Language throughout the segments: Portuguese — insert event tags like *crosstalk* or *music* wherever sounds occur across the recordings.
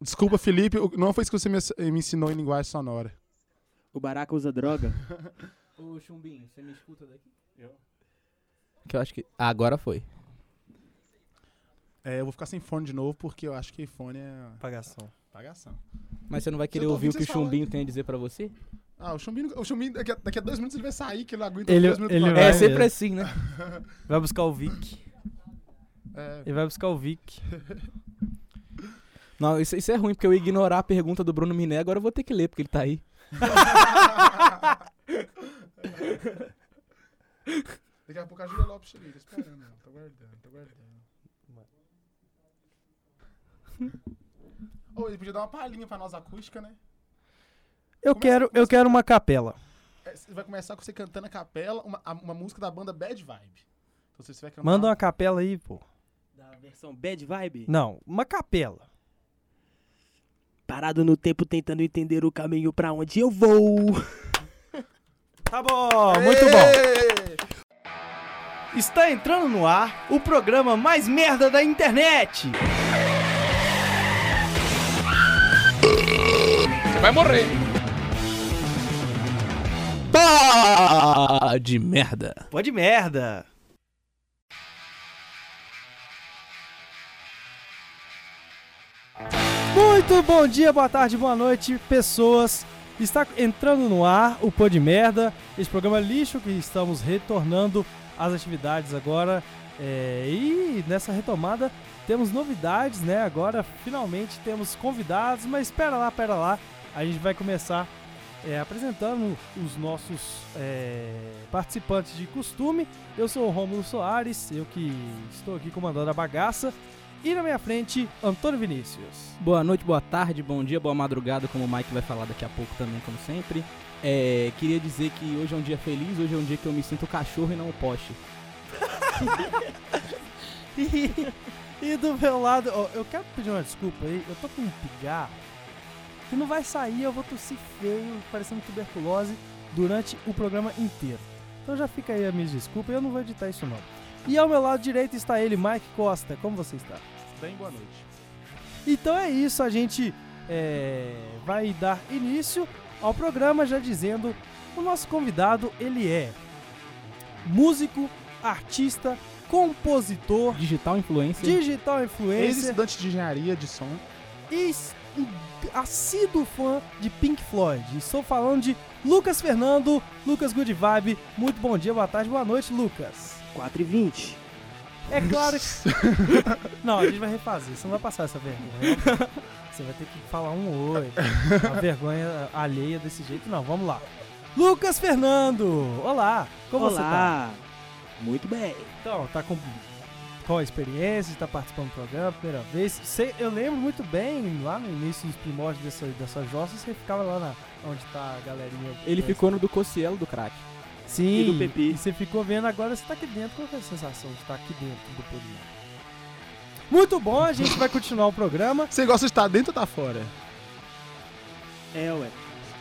Desculpa, Felipe, o- não foi isso que você me ens- me ensinou em linguagem sonora. O Baraka usa droga. Ô, Chumbinho, você me escuta daqui? Que eu acho que. Ah, agora foi. É, eu vou ficar sem fone de novo, porque eu acho que fone é Pagação. pagação. Mas você não vai querer querer Eu tô ouvir ouvir o ouvindo o que que o vocês o Chumbinho Chumbinho tem a dizer pra você? Ah, o Chumbinho, o Chumbinho daqui, a, daqui a dois minutos ele vai sair, que ele não aguenta Ele- dois minutos ele pra vai- É, cá. sempre mesmo. assim, né? Vai buscar o Vic. *laughs* É, Ele vai buscar o Vic. Não, isso, isso é ruim, porque eu ia ignorar a pergunta do Bruno Miné, agora eu vou ter que ler, porque ele tá aí. daqui a pouco a Julia Lopes chega, aí, tô esperando, ó, tô guardando, tô guardando. Ô, ele podia dar uma palhinha pra nós acústica, né? Eu Começa- quero, eu começa- quero uma capela. É, você vai começar com você cantando a capela, uma, a- uma música da banda Bad Vibe. Então se você vai cantar. Manda uma capela aí, pô. Da versão Bad Vibe. Não, uma capela. Parado no tempo tentando entender o caminho pra onde eu vou. Tá bom, muito bom. Está entrando no ar o programa mais merda da internet. Pá de merda. Pode merda. Muito bom dia, boa tarde, boa noite, pessoas. Está entrando no ar o Pô de Merda, esse programa lixo que estamos retornando às atividades agora. É, e nessa retomada temos novidades, né? Agora finalmente temos convidados, mas espera lá, espera lá. A gente vai começar é, apresentando os nossos é, participantes de costume. Eu sou o Rômulo Soares, eu que estou aqui comandando a bagaça. E na minha frente, Antônio Vinícius. Boa noite, boa tarde, bom dia, boa madrugada, como o Mike vai falar daqui a pouco também, como sempre. É, queria dizer que hoje é um dia feliz, hoje é um dia que eu me sinto cachorro e não um poste. E, e do meu lado, ó, eu quero pedir uma desculpa aí, eu tô com um pigarro que não vai sair, eu vou tossir feio, parecendo tuberculose, durante o programa inteiro. Então já fica aí a minha desculpa, eu não vou editar isso não. E ao meu lado direito está ele, Mike Costa. Como você está? Bem, boa noite. Então é isso, a gente é, vai dar início ao programa já dizendo o nosso convidado ele é músico, artista, compositor, Digital influencer. digital influencer Ex-estudante de engenharia de som. e s- assíduo fã de Pink Floyd. Estou falando de Lucas Fernando, Lucas Good Vibe. Muito bom dia, boa tarde, boa noite, Lucas. 4 e 20. É claro que Não, a gente vai refazer, você não vai passar essa vergonha. né? Você vai ter que falar um oi. Uma vergonha alheia desse jeito, não. Vamos lá. Lucas Fernando! Olá! Como você tá? Olá. Muito bem. Então, tá com qual a experiência de estar participando do programa, primeira vez? Você- eu lembro muito bem, lá no início dos primórdios dessa, dessa jossa, você ficava lá na, onde tá a galerinha. Ele É, ficou no do Cocielo do crack. Sim, E do Pepe. e você ficou vendo agora, você tá aqui dentro. Qual que é a sensação de estar aqui dentro do programa? Muito bom, a gente vai continuar o programa. Você gosta de estar dentro ou tá fora? É, ué.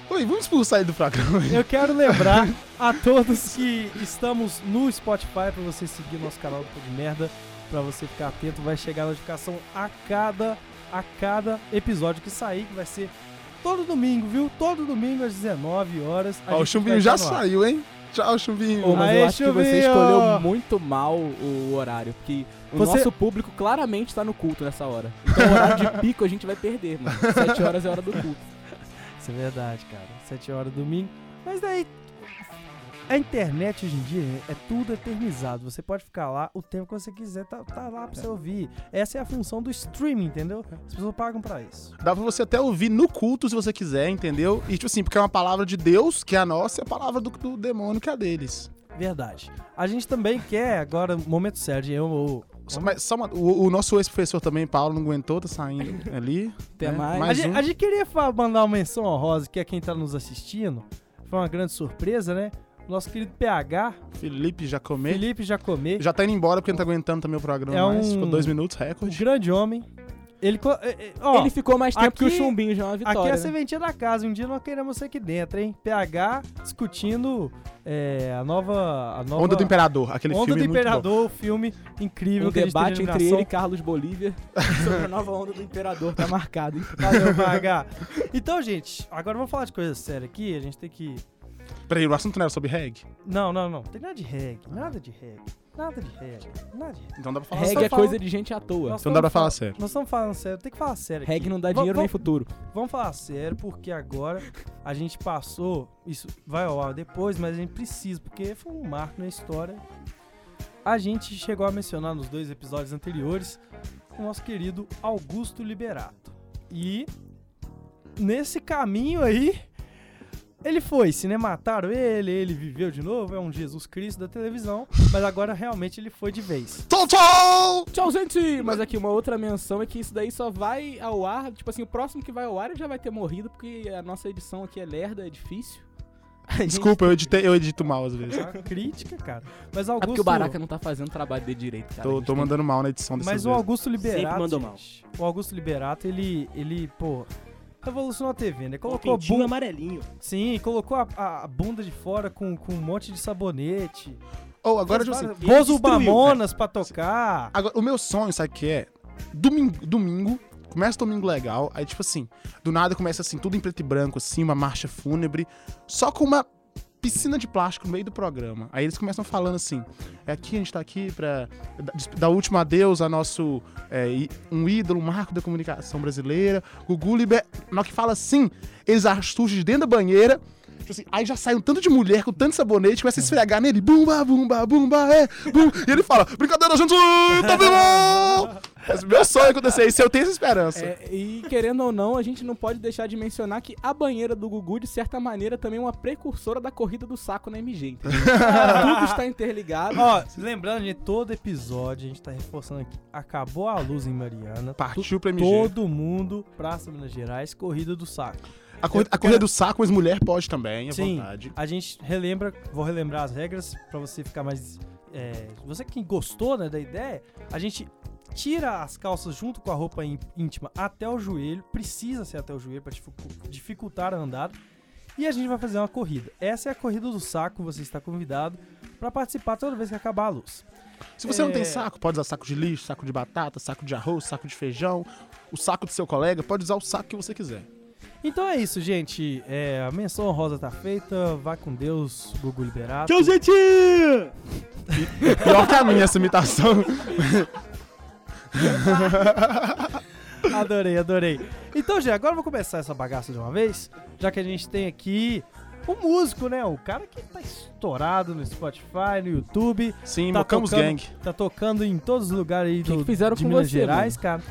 Oi, vamos expulsar ele do programa. Eu quero lembrar a todos que estamos no Spotify para você seguir nosso canal do Pô de Merda, para você ficar atento, vai chegar a notificação a cada a cada episódio que sair, que vai ser todo domingo, viu? Todo domingo às 19 horas. a Ó, o gente chumbinho vai já estar no ar. saiu, hein? Tchau, chumbinho. Ô, mas Aê, eu acho que você Chuvinho! escolheu muito mal o horário, porque o Você- nosso público claramente tá no culto nessa *laughs* hora. Então o horário de pico a gente vai perder, mano. Sete horas é hora do *laughs* culto. Isso é verdade, cara. 7 horas domingo. Mas daí a internet hoje em dia é tudo eternizado. Você pode ficar lá o tempo que você quiser, tá, tá lá pra você ouvir. Essa é a função do streaming, entendeu? As pessoas pagam pra isso. Dá pra você até ouvir no culto se você quiser, entendeu? E tipo assim, porque é uma palavra de Deus, que é a nossa, e a palavra do, do demônio, que é a deles. Verdade. A gente também quer, agora, momento sério, eu. eu- Só, mas só uma- o, o nosso ex-professor também, Paulo, não aguentou, tá *laughs* saindo ali. Até né? mais. a, mais gente, um. a gente queria fa- mandar uma menção honrosa, que é quem tá nos assistindo. Foi uma grande surpresa, né? Nosso querido PH, Felipe Jacomê. Felipe Jacomê, Já tá indo embora porque não tá aguentando também o programa É mais. um- Ficou dois minutos, um recorde. grande homem. Ele, co- é, é, ó, ele ficou mais tempo que o aqui- chumbinho já é uma vitória. aqui é a né? serventia da casa. Um dia nós queremos você aqui dentro, hein? PH discutindo é, a nova. A nova Onda do Imperador, aquele Onda filme é do muito bom. Imperador, o filme incrível Um que a gente teve debate de entre ele e eliminação. Carlos *laughs* Bolívia sobre a nova onda do Imperador tá marcado. hein? *laughs* Valeu, PH. Então, gente, agora vamos falar de coisa séria aqui. A gente tem que. Peraí, o assunto não era sobre reggae? Não, não, não. Tem nada de reggae, nada de reggae, nada de reggae, nada de reggae. tipo Então dá pra falar Reggae sério. é coisa de gente à toa. Nós Então dá pra estamos falar fal- sério. Nós estamos falando sério, tem que falar sério. aqui. Reggae não dá Va- dinheiro va- nem futuro. Vamos falar sério, porque agora a gente passou. Isso vai ao ar depois, mas a gente precisa, porque foi um marco na história. A gente chegou a mencionar nos dois episódios anteriores o nosso querido Augusto Liberato. E nesse caminho aí, ele foi. Cinemataram ele, ele viveu de novo, é um Jesus Cristo da televisão, mas agora realmente ele foi de vez. Tchau, tchau! Tchau, gente! Mas aqui uma outra menção é que isso daí só vai ao ar. Tipo assim, o próximo que vai ao ar ele já vai ter morrido, porque a nossa edição aqui é lerda, é *laughs* difícil. A gente- Desculpa, eu, editei, eu edito mal às vezes. É uma crítica, cara. Mas É Augusto. porque o Baraka não tá fazendo o trabalho dele direito, cara. A Tô, gente tô tem- mandando mal na edição dessas Mas o vezes. Augusto Liberato. Sempre mandou mal. gente, O Augusto Liberato, ele, ele pô, revolucionou a TV, né? Colocou a Colocou bunda. amarelinho. Sim, colocou a, a- a bunda de fora com, com um monte de sabonete. Ou agora, tipo assim, Bozo destruiu, Mamonas pra tocar. Agora, o meu sonho, sabe o que é? Domingo, domingo, começa domingo legal, aí tipo assim, do nada começa assim, tudo em preto e branco, assim, uma marcha fúnebre, só com uma piscina de plástico no meio do programa. Aí eles começam falando assim, é aqui, a gente tá aqui pra dar- dar o último adeus a nosso, é, í- um ídolo, um marco da comunicação brasileira, Gugu Liber... Na hora que fala assim, eles acham surgem de dentro da banheira, Tipo assim, aí já sai um tanto de mulher com tanto de sabonete, começa a esfregar nele, bumba, bumba, bumba, é, bum, e ele fala, brincadeira, gente, tá vivo! Mas Meu sonho é acontecer isso, eu tenho essa esperança. É, e querendo ou não, a gente não pode deixar de mencionar que a banheira do Gugu, de certa maneira, também é uma precursora da corrida do saco na MG, *laughs* entendeu? Tudo está interligado. Ó, lembrando, gente, todo episódio a gente tá reforçando aqui. Acabou a luz em Mariana. Partiu pra MG. Todo mundo, Praça Minas Gerais, corrida do saco. A, corrida, a corrida do saco, mas mulher pode também, à Sim, vontade. a gente relembra, vou relembrar as regras pra você ficar mais. é, você que gostou né, da ideia, a gente tira as calças junto com a roupa ín- íntima até o joelho, precisa ser até o joelho para dificultar a andada. E a gente vai fazer uma corrida. Essa é a corrida do saco, você está convidado pra participar toda vez que acabar a luz. Se você não é- tem saco, pode usar saco de lixo, saco de batata, saco de arroz, saco de feijão, o saco do seu colega, pode usar o saco que você quiser. Então é isso, gente. É, a menção honrosa tá feita. Vá com Deus, Gugu Liberato. Tchau, gente! É Pior que a minha, essa imitação. *laughs* Adorei, adorei. Então, gente, agora eu vou começar essa bagaça de uma vez, já que a gente tem aqui o músico, né? O cara que tá estourado no Spotify, no YouTube, Sim, Tá Mocamos tocando- Gang. tá tocando em todos os lugares aí Que do, que fizeram de com Minas você, Gerais, cara.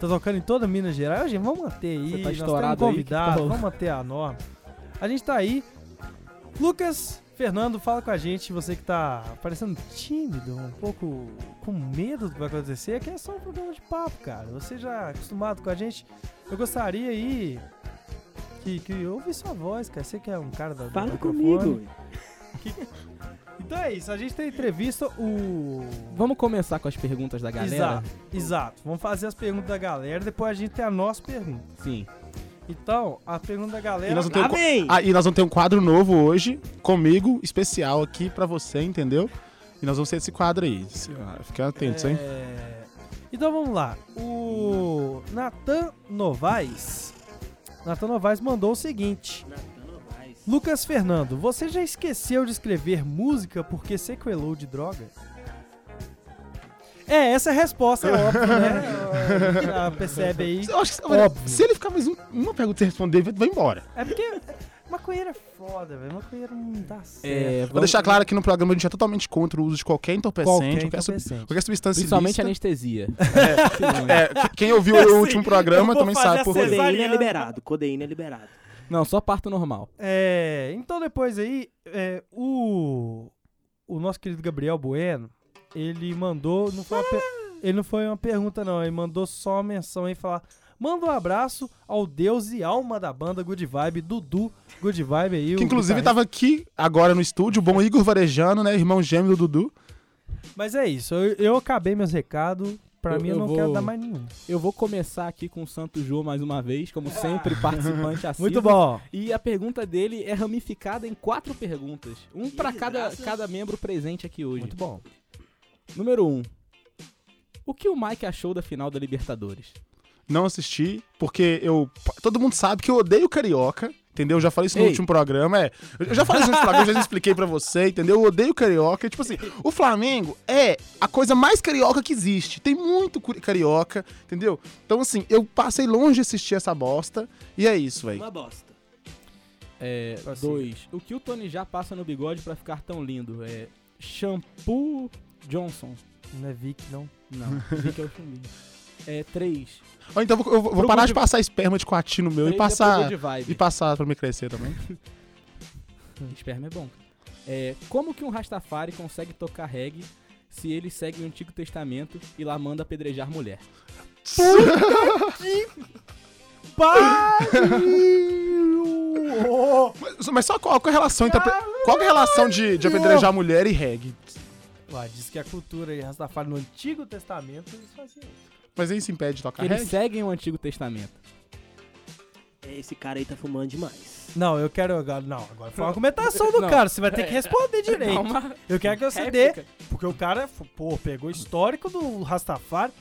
Tá tocando em toda Minas Gerais. Gente, vamos manter aí. Você tá nós estourado temos aí, que convidado, tá bom. vamos manter a norma. A gente tá aí. Lucas, Fernando, fala com a gente, você que tá parecendo tímido, um pouco com medo do que vai acontecer, que é só um programa de papo, cara. Você já é acostumado com a gente, eu gostaria aí que, que ouvisse sua voz, cara. Você que é um cara da do Fala microfone. comigo. Então é isso, a gente tem entrevista o... Vamos começar com as perguntas da galera? Exato, exato. Vamos fazer as perguntas da galera, depois a gente tem a nossa pergunta. Sim. Então, a pergunta da E galera... nós não temos Amém! Ah, e nós vamos ter um quadro novo hoje, comigo, especial aqui pra você, entendeu? E nós vamos ter esse quadro aí. Se- ah, Fica atento, hein? É, Então vamos lá. O Natan Novaes. Natan Novaes mandou o seguinte: Lucas Fernando, você já esqueceu de escrever música porque sequelou de droga? É, essa é a resposta, é *laughs* óbvio, né? Ah, Percebe aí. Eu acho que- Óbvio. se ele ficar mais um- uma pergunta sem responder, ele vai embora. É porque maconheiro é foda, velho. Maconheiro não dá certo. É, Vou deixar claro que no programa a gente é totalmente contra o uso de qualquer entorpecente, Então, Qualquer qualquer, sub- entorpecente. qualquer substância Principalmente ilícita. anestesia. É, que- quem ouviu *laughs* o último programa eu vou também fazer sabe a por quê. cesariana. Codeína é liberado, codeína é liberado. Não, só parto normal. É, então depois aí, é, o, o nosso querido Gabriel Bueno, ele mandou, não foi, uma per- ele não foi uma pergunta não, ele mandou só uma menção aí, falar, manda um abraço ao Deus e alma da banda Good Vibe, Dudu Good Vibe aí. o Que inclusive guitarrista. tava aqui agora no estúdio, o bom Igor Varejano, né? Irmão gêmeo do Dudu. Mas é isso, eu, eu acabei meus recados, Pra Eu- mim, eu eu não vou- quero dar mais nenhum. Eu vou começar aqui com o Santo Jô mais uma vez, como *laughs* sempre, participante assíduo. Muito bom. E a pergunta dele é ramificada em quatro perguntas. Um pra cada, cada membro presente aqui hoje. Muito bom. Número Um. O que o Mike achou da final da Libertadores? Não assisti, porque eu. Todo mundo sabe que eu odeio carioca. Entendeu? Eu já falei isso no Ei. último programa. É, eu já falei isso no último *laughs* programa, eu já expliquei pra você, entendeu? Eu odeio carioca. e, Tipo assim, o Flamengo é a coisa mais carioca que existe. Tem muito curi- carioca, entendeu? Então, assim, eu passei longe de assistir essa bosta. E é isso, velho. Uma bosta. É, Prossiga. dois. O que o Tony já passa no bigode pra ficar tão lindo? É shampoo Johnson. Não é Vic, não. Não, Vic é o chumbinho. É, três. Ou então eu vou- eu vou, Pro parar Good- de passar esperma de coati no meu e três é pro passar. Good vibe. E passar pra me crescer também. Esperma é bom. É, como que um Rastafari consegue tocar reggae se ele segue o Antigo Testamento e lá manda apedrejar mulher? Mas, oh. mas só qual, qual é a relação entre. apre- Qual que é a relação de, de apedrejar mulher e reggae? Ué, diz que a cultura e Rastafari no Antigo Testamento eles faziam isso. Mas aí se impede de tocar Eles reggae? seguem o Antigo Testamento. Esse cara aí tá fumando demais. Não, eu quero. agora- Não, agora foi uma argumentação do *laughs* Não. cara. Você vai ter que *laughs* responder direito. Calma. Eu quero que É, você dê. Porque o cara, pô, pegou o histórico do Rastafari.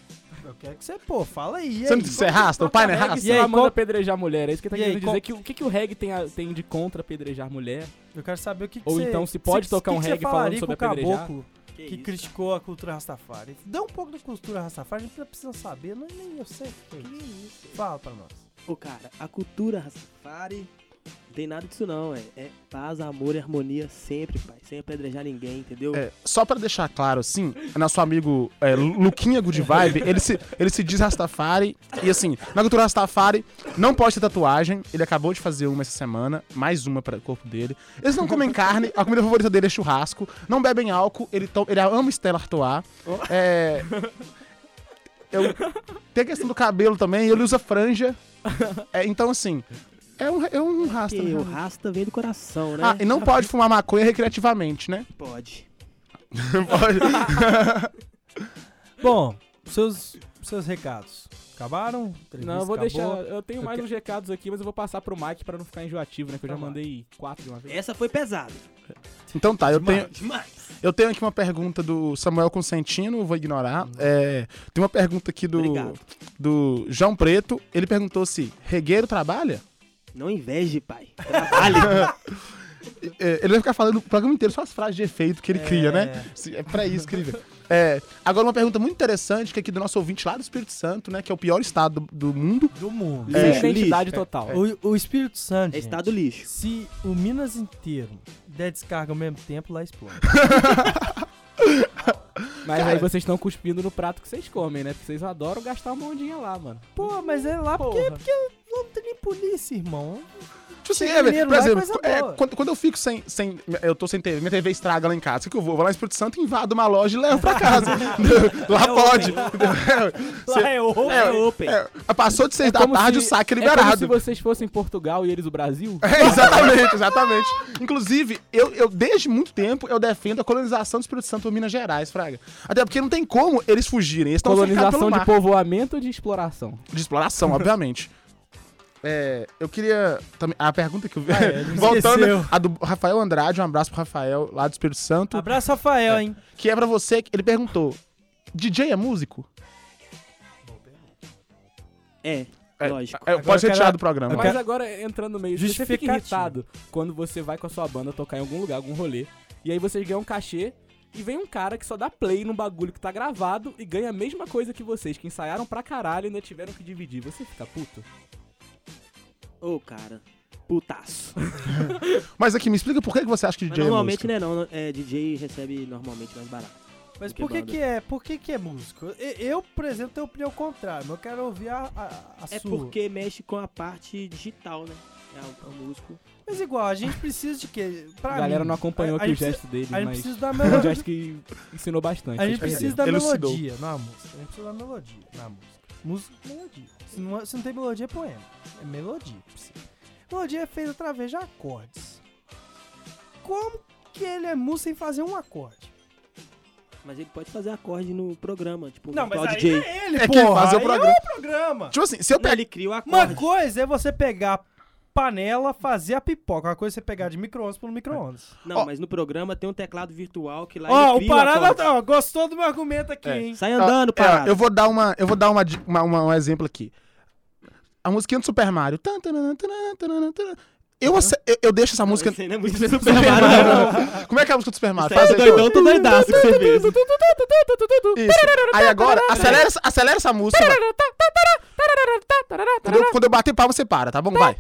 Eu quero que você, pô, fala aí. e Você aí? não disse que você é rasta? O pai não é Reggae rasta? se E aí, lá manda qual- apedrejar mulher. É isso que tá E aí, querendo dizer. qual- Que, o que, que o reggae tem, a- tem de contra apedrejar mulher? Eu quero saber o que, que Ou você- então se pode que- tocar que um que você reggae falando falaria sobre com o apedrejar? caboclo Que, que criticou a cultura Rastafari. Dá um pouco da cultura Rastafari, a gente precisa saber, não é nem eu sei. o que é isso. isso? Fala pra nós. Ô, cara, a cultura Rastafari não tem nada disso não, é. É paz, amor e harmonia sempre, pai. Sem apedrejar ninguém, entendeu? É, só pra deixar claro, assim, nosso amigo é, Lu- Luquinha Good Vibe, ele se, ele se diz Rastafari. E assim, na cultura Rastafari, não pode ter tatuagem. Ele acabou de fazer uma essa semana, mais uma para o corpo dele. Eles não comem carne, a comida favorita dele é churrasco. Não bebem álcool, ele, to- ele ama Stella Artois. É, eu- tem a questão do cabelo também, ele usa franja. É, então, assim, é um, é um rasta. Porque né? o rasta vem do coração, né? Ah, e não pode fumar maconha recreativamente, né? Pode. Pode. Bom, seus, seus recados. Acabaram? Não, eu vou Acabou? deixar. Eu tenho Eu mais que- uns recados aqui, mas eu vou passar pro Mike pra não ficar enjoativo, né? Que eu já Tá, mandei quatro de uma vez. Essa foi pesada. Então tá, eu tenho, Demais. Eu tenho aqui uma pergunta do Samuel Consentino, vou ignorar. É, tem uma pergunta aqui do, Obrigado. do João Preto. Ele perguntou se regueiro trabalha? Não inveje, pai. Trabalhe. É, ele vai ficar falando o programa inteiro só as frases de efeito que ele cria, né? Se- É pra isso que ele vê. É, agora, uma pergunta muito interessante que é aqui do nosso ouvinte lá do Espírito Santo, né? Que é o pior estado do, do mundo. Do mundo. Sem É. identidade Lixo. total. O, o Espírito Santo. é gente, estado lixo. Se o Minas inteiro der descarga ao mesmo tempo, lá explode. Mas aí vocês estão cuspindo no prato que vocês comem, né? Porque vocês adoram gastar uma ondinha lá, mano. Pô, mas é lá porque, porque não tem nem polícia, irmão. Tipo assim, Chega é, mineiro por lá, exemplo, coisa é, boa. quando, quando eu fico sem, sem. Eu tô sem TV, minha TV estraga lá em casa. O que, que eu vou? Eu vou lá no Espírito Santo, invado uma loja e levo pra casa. lá pode. Cê- é ovo. É, open. É, passou de seis da como tarde, se- o saque é É então como se liberado. vocês fossem Portugal e eles o Brasil. *laughs* É, exatamente, exatamente. Inclusive, eu, eu, desde muito tempo, eu defendo a colonização do Espírito Santo por Minas Gerais, Fraga. Até porque não tem como eles fugirem. Eles estão cercados Colonização pelo de mar. povoamento ou de exploração? De exploração, obviamente. É, eu queria. também- A pergunta que eu vi. Ah, é, ele esqueceu. *laughs* voltando, a do Rafael Andrade, um abraço pro Rafael, lá do Espírito Santo. Abraço, Rafael, hein? Que é pra você, que- ele perguntou: DJ é músico? É, É, lógico. é, eu pode ser quero- tirado do programa. Mas agora, entrando no meio, você fica Justificativo. irritado quando você vai com a sua banda tocar em algum lugar, algum rolê, e aí vocês ganham um cachê, e vem um cara que só dá play num bagulho que tá gravado e ganha a mesma coisa que vocês, que ensaiaram pra caralho e ainda tiveram que dividir. Você fica puto? Ô, cara. Putaço. Mas aqui, me explica por que que você acha que Mas DJ é normalmente músico? não é não. É, DJ recebe normalmente mais barato. Mas Que por que banda. que é? Por que que é músico? E- Eu, por exemplo, tenho opinião contrária, mas eu quero ouvir a, a, a É sua. porque mexe com a parte digital, né? É o, é o músico. Mas igual, a gente precisa de quê? Pra a galera mim, não acompanhou a- a aqui o gente precisa- gesto dele, A gente mas. precisa *laughs* da É um melodia. gesto que ensinou bastante. A gente vocês precisa perderam. da Elucidou. melodia na música. A gente precisa da melodia na música. Música é melodia. Se não, se não tem melodia, é poema. É melodia. que precisa. Melodia é feita através de acordes. Como que ele é músico sem fazer um acorde? Mas ele pode fazer acorde no programa, tipo, Não, mas virtual aí DJ. é ele, É porra. quem faz o aí programa. É o programa. Tipo assim, se eu Não, pegar. ele cria o acorde. Uma coisa é você pegar a panela, fazer a pipoca. Uma coisa é você pegar de micro-ondas por micro-ondas. Não, Ó. mas no programa tem um teclado virtual que lá Ó, ele o cria Parada acorde. tá, ó, gostou do meu argumento aqui, É. hein? Sai andando, Parada. eu vou dar uma, eu vou dar uma, di- uma- uma- um exemplo aqui. A musiquinha do Super Mario. Tan, tanana, tanana, tanana, tanana. Eu, ace- eu, eu deixo essa música. Você não é muito super Como é que é a música do Super Mario? Sai Faz do Uhum. aí. doidão, tô doidaço que você fez. Isso. Aí agora, acelera, essa- acelera essa música. vai. Quando eu, quando eu bater palma, você para, tá bom? Vai.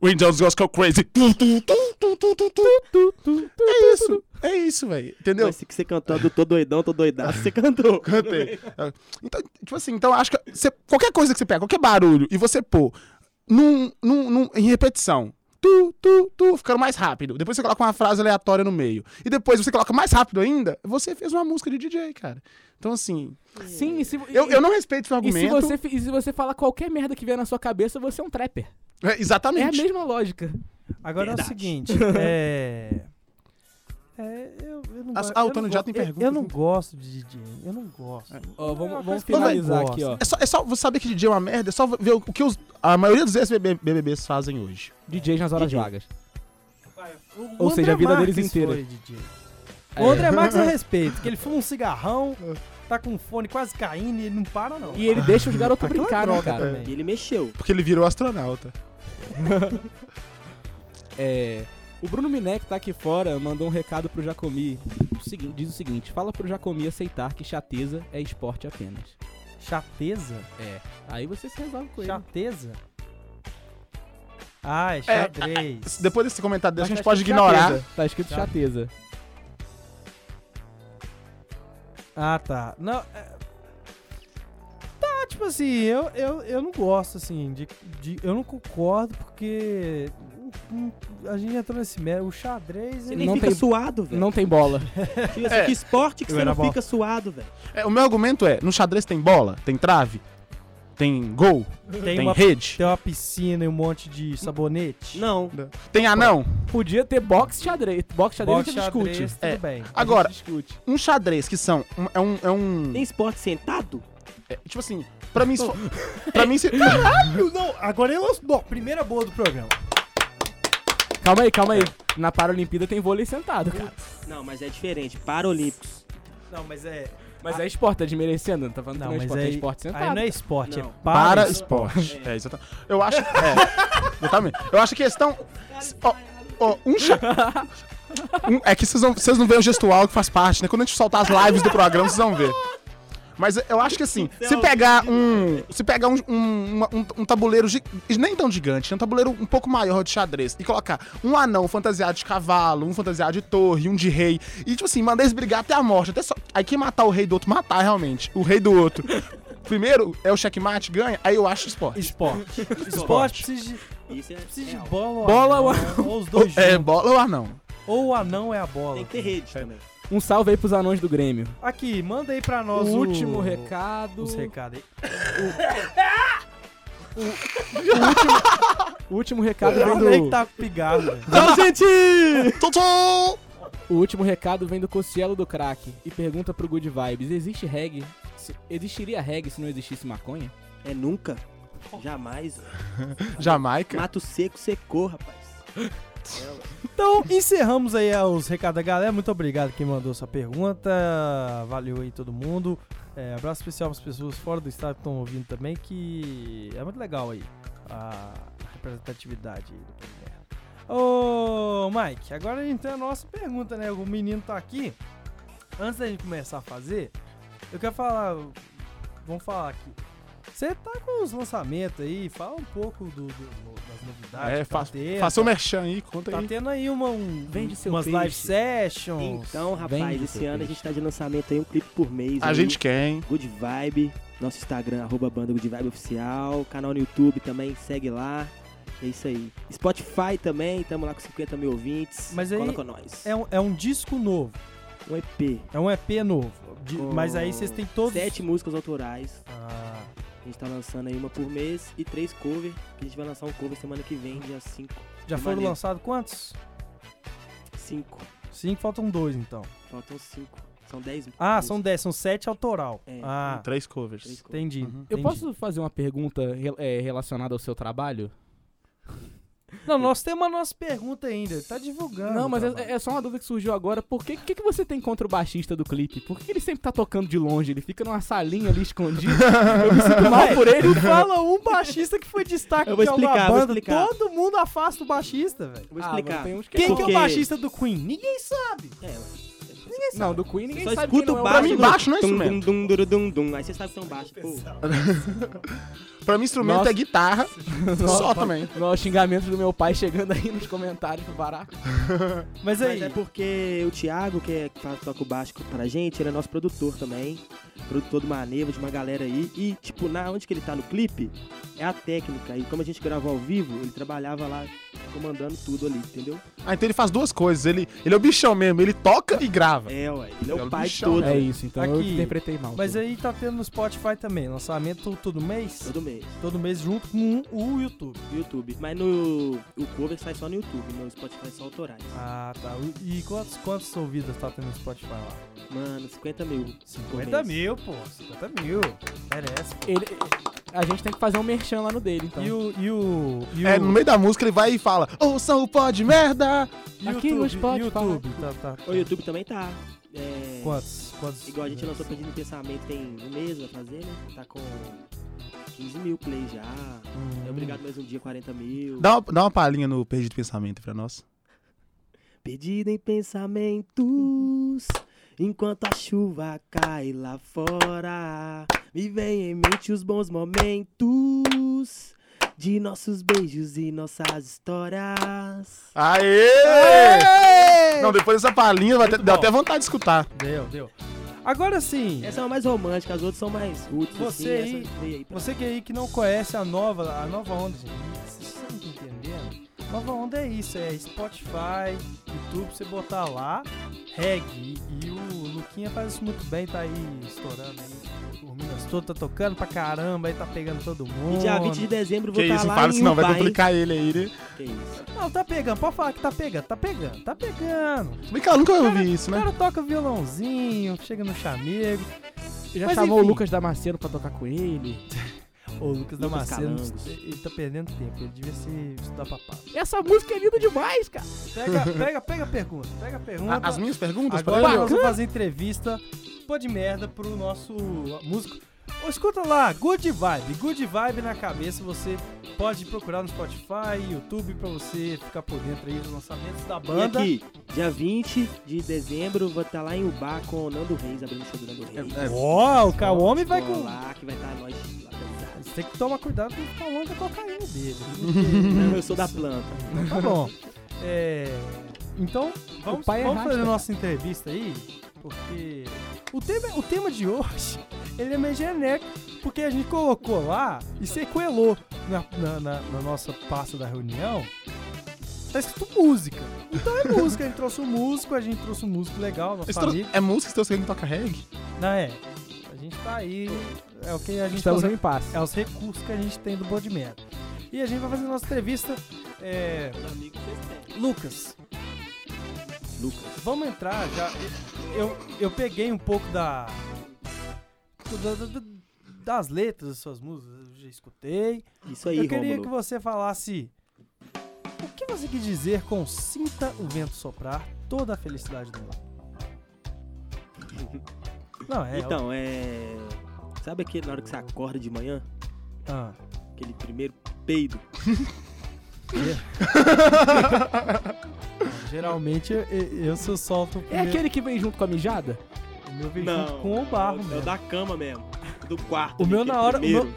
Windows goes go crazy. Tu, tu, tu, tu, tu, tu, tu. É isso. É isso, velho. Entendeu? Esse que você cantou a do Tô Doidão, Tô Doidaço, você cantou. Cantei. Então, tipo assim, então acho que você- qualquer coisa que você pega, qualquer barulho, e você pôr num, num, num- em repetição. Tu, tu, tu, ficando mais rápido. Depois você coloca uma frase aleatória no meio. E depois você coloca mais rápido ainda, você fez uma música de DJ, cara. Então, assim, Sim, e se, eu, eu não respeito seu e se argumento. você, fi- e se você falar qualquer merda que vier na sua cabeça, você é um trapper. É, É a exatamente. mesma lógica. Agora é o Verdade. seguinte, é... É, eu, eu não Ah, gosto- ah, o eu Tony não já gosto- tem eu- Eu perguntas, não né? gosto de DJ, eu não gosto. Ó, vamos, vamos Então vai. finalizar aqui, ó. É só, é só você saber que DJ é uma merda, é só ver o que os- a maioria dos ex-BB- BBBs fazem hoje. DJs nas horas vagas. O Ou seja, a André vida deles Marques inteira. foi DJ. É. O André *laughs* Marques eu respeito, que ele fuma um cigarrão, tá com o fone quase caindo e ele não para não. E ele deixa os garotos Aquilo é brincar, né, droga cara? também. E ele mexeu. Porque ele virou astronauta. É, o Bruno Miné, que tá aqui fora, mandou um recado pro Jacomi. O seguinte- Diz o seguinte: fala pro Jacomi aceitar que chateza é esporte apenas. Chateza? É. Aí você se resolve com ele. Chateza? Ah, é xadrez. Depois desse comentário desse, a Mas gente tá pode escrito ignorar. Chateza. Tá escrito chateza. Ah, tá. Não, é- Tá, tipo assim, eu, eu, eu não gosto, assim, de, de- Eu não concordo porque... hum, hum, A gente entrou nesse mérito. O xadrez... Você ele- nem Não fica tem- suado, É. velho. Não tem bola. Que, É. que esporte que Eu você era não bom. fica suado, velho. É, o meu argumento é: no xadrez tem bola, tem trave, tem gol, tem, uma, rede, tem uma piscina e um monte de sabonete. Não. tem anão. Podia ter boxe xadrez. Boxe xadrez Boxe, a gente discute. xadrez, tudo É. bem. Agora, A gente discute. um xadrez que são. Um, é um. É um Tem esporte sentado? é, tipo assim, pra mim. se for- pra mim. é Se, Não, não, agora eu... Bom, primeira boa do programa. Calma aí, É. calma aí. Na Paralimpíada tem vôlei sentado, cara. Não, mas é diferente. Paralímpicos. Não, mas é... Mas é esporte, tá desmerecendo. Não tá falando Não, que não é mas esporte, é aí, esporte sentado. aí não é esporte, Não. é para... para esporte. É, exatamente. Eu acho. É, exatamente. Eu acho que a questão. se- ó, ó, um xa- um- é que vocês não, vocês não veem o gestual que faz parte, né? Quando a gente soltar as lives do programa, vocês vão ver. Mas eu acho que assim, se pegar um. Se pegar um, um, uma- um- um tabuleiro gi- nem tão gigante, um tabuleiro um pouco maior de xadrez, e colocar um anão fantasiado de cavalo, um fantasiado de torre, um de rei, e tipo assim, mandar eles brigar até a morte. Até só. Aí quem matar o rei do outro, matar realmente. O rei do outro. *laughs* Primeiro é o checkmate, ganha, aí eu acho esporte. *laughs* Esporte. Esporte Esporte. precisa de, Isso é, precisa de é bola ou Bola anão, ou Ou os *laughs* dois É juntos. bola ou anão? Ou o anão é a bola. Tem que ter rede também. Um salve aí pros anões do Grêmio. Aqui, manda aí pra nós o o... último recado. Os recados aí. O último recado Eu vem falei do. que tá pigado, velho. Tchau, gente! Tchau, tchau! O último recado vem do Cossielo do Crack e pergunta pro Good Vibes: existe reggae? Se- existiria reggae se não existisse maconha? É nunca. Jamais. velho. Jamaica. Mato seco secou, rapaz. Então, encerramos aí os recados da galera. Muito obrigado quem mandou sua pergunta. Valeu aí todo mundo. É, abraço especial para as pessoas fora do estado que estão ouvindo também, que é muito legal aí a representatividade aí do programa. Ô, Mike, agora então é a nossa pergunta, né? O menino tá aqui. Antes da gente começar a fazer, eu quero falar. Vamos falar aqui. Você tá com os lançamentos aí, fala um pouco do- do- das novidades. É, que tá faça- tendo. Faça o merchan aí, conta Tá aí. tendo aí uma, um, Vende seu umas peixe. live sessions. Então, rapaz, Vende esse seu ano a peixe. gente tá de lançamento aí um clipe por mês. A aí. gente quer, hein? Good Vibe, nosso Instagram, arroba banda Good Vibe Oficial, canal no YouTube também, segue lá. É isso aí. Spotify também, tamo lá com 50 mil ouvintes. Mas aí Cola com nós. é, um, é um disco novo, um EP. é um EP novo. de- com mas aí vocês têm todos. Sete músicas autorais. Ah, A gente tá lançando aí uma por mês e três covers. A gente vai lançar um cover semana que vem, dia 5. já Que foram maneiro. lançados quantos? 5. Cinco, faltam dois, então. Faltam cinco. São dez. Ah, músicas. são dez, são sete autoral. É. Ah, então, Três covers. Três covers. entendi. Uhum. Eu entendi. posso fazer uma pergunta re- é, relacionada ao seu trabalho? Não, nós temos a nossa pergunta ainda. Tá divulgando. Não, mas tá é, é só uma dúvida que surgiu agora. Por que, que, que você tem contra o baixista do clipe? Por que que ele sempre tá tocando de longe? Ele fica numa salinha ali escondido. Eu me sinto é *laughs* mal por ele. Tu *laughs* fala um baixista que foi destaque Eu vou de alguma explicar, eu vou banda. explicar. Todo mundo afasta o baixista, velho. Vou Ah, mas explicar. tem uns que Quem que Porque- é o baixista do Queen? Ninguém sabe. É, Não, do Queen ninguém só sabe escuta quem não o é baixo. Pra mim, no- baixo não é dum, instrumento. Dum, dum, dum, dum, dum. Aí você sabe que são baixos. Pô, Pra mim, instrumento Nossa. é guitarra. Só também. No é xingamento do meu pai chegando aí nos comentários do Baraco. Mas aí, Mas é porque o Thiago, que, é, que faz- toca o baixo pra gente, ele é nosso produtor também. Produtor de uma neva, de uma galera aí. E, tipo, na onde que ele tá no clipe, é a técnica. E como a gente gravou ao vivo, ele trabalhava lá comandando tudo ali, entendeu? Ah, então ele faz duas coisas. Ele, ele é o bichão mesmo. Ele toca e grava. É, ué. Ele é É o o pai de bichão, todo. né? É isso, então eu Aqui. interpretei mal. mas aí tá tendo no Spotify também. Lançamento todo mês. Todo mês. Todo mês junto com o YouTube. No YouTube. Mas no. O cover sai só no YouTube, no Spotify só autorais. Ah, tá. E quantos, quantos ouvidos tá tendo no Spotify lá? Mano, 50 mil. por 50 mês. mil, pô. 50 mil. Merece, pô. Ele- a gente tem que fazer um merchan lá no dele, então. E o. E o. E o É, no meio da música ele vai e fala: Ouça o pó de merda! YouTube, Aqui no Spotify. YouTube. Tá, tá. tá. O YouTube também tá. É... Quantos? Quantos? Igual a gente lançou Perdido no Pensamento tem um mês a fazer, né? Tá com 15 mil plays já. Hum. É obrigado mais um dia, 40 mil. Dá uma, dá uma palhinha no Perdido Pensamento pra nós. Perdido em pensamentos, enquanto a chuva cai lá fora. Me vem em mente os bons momentos de nossos beijos e nossas histórias. Aê! Não, depois dessa palhinha vai até- dá até vontade de escutar. Deu, deu. Agora sim, Essa é uma mais romântica, as outras são mais roots. Você assim, aí- essa veio aí pra... você que aí que não conhece a nova, a nova onda, gente, vocês não estão entendendo? Nova onda é isso, é Spotify, YouTube, você botar lá, reggae. E, e o Luquinha faz isso muito bem, tá aí estourando aí. O Minas todo tá tocando pra caramba, aí tá pegando todo mundo. E dia 20 de dezembro eu Que vou estar isso, não lá fala em isso não, vai Ubá, hein? complicar ele aí, né? Que isso. Não, tá pegando, pode falar que tá pegando, tá pegando, tá pegando. Se bem que ela nunca ouvi isso, O né? cara toca violãozinho, chega no chamego. Já Mas chamou enfim. o Lucas Damasceno pra tocar com ele. Ô, Lucas Damasceno, Calangos. ele tá perdendo tempo, ele devia se estudar pra papo. *laughs* Essa música é linda demais, cara. Pega, pega, pega a pergunta. Pega a pergunta. A- As minhas perguntas? Agora pode? nós vamos fazer entrevista pô de merda pro nosso músico. Ô, escuta lá, Good Vibe. Good Vibe na cabeça. Você pode procurar no Spotify, YouTube, pra você ficar por dentro aí dos lançamentos da banda. E aqui, dia 20 de dezembro, vou estar lá em Ubá com o Nando Reis, abrindo o show do Nando Reis. É, é. Ó, o Kaomi vai Vou com. lá, que vai estar nós lá pesados. Você tem que tomar cuidado com o Kaomi da cocaína dele. *laughs* Uhum. Não, Eu sou da planta. Então tá bom. É, então, vamos, pai é vamos fazer rasta. nossa entrevista aí, porque o tema, o tema de hoje *laughs* ele é meio genérico, porque a gente colocou lá e sequelou na, na- na- na nossa pasta da reunião. Tá escrito música. Então é música, a gente trouxe um músico, a gente trouxe um músico legal, nosso Estou- amigo. É música que estão escrevendo que toca reggae? Não é. A gente tá aí. É o que a gente Estamos consegue- no impasse. é os recursos que a gente tem do Board Merda. E a gente vai fazer nossa entrevista. É... Lucas, Lucas. vamos entrar já. Eu, eu peguei um pouco da, da- da- da- das letras das suas músicas, eu já escutei. Isso aí, eu queria Rômulo. que você falasse o que você quis dizer com sinta o vento soprar toda a felicidade do mundo. Não, é. Então, é... Sabe aquele na hora que você acorda de manhã? Ah, Aquele primeiro peido? é. *laughs* geralmente eu, eu se eu solto o É primeiro- aquele que vem junto com a mijada? o meu vídeo com o barro é mesmo. É o da cama mesmo. Do quarto. O ali, meu aquele na hora- o primeiro.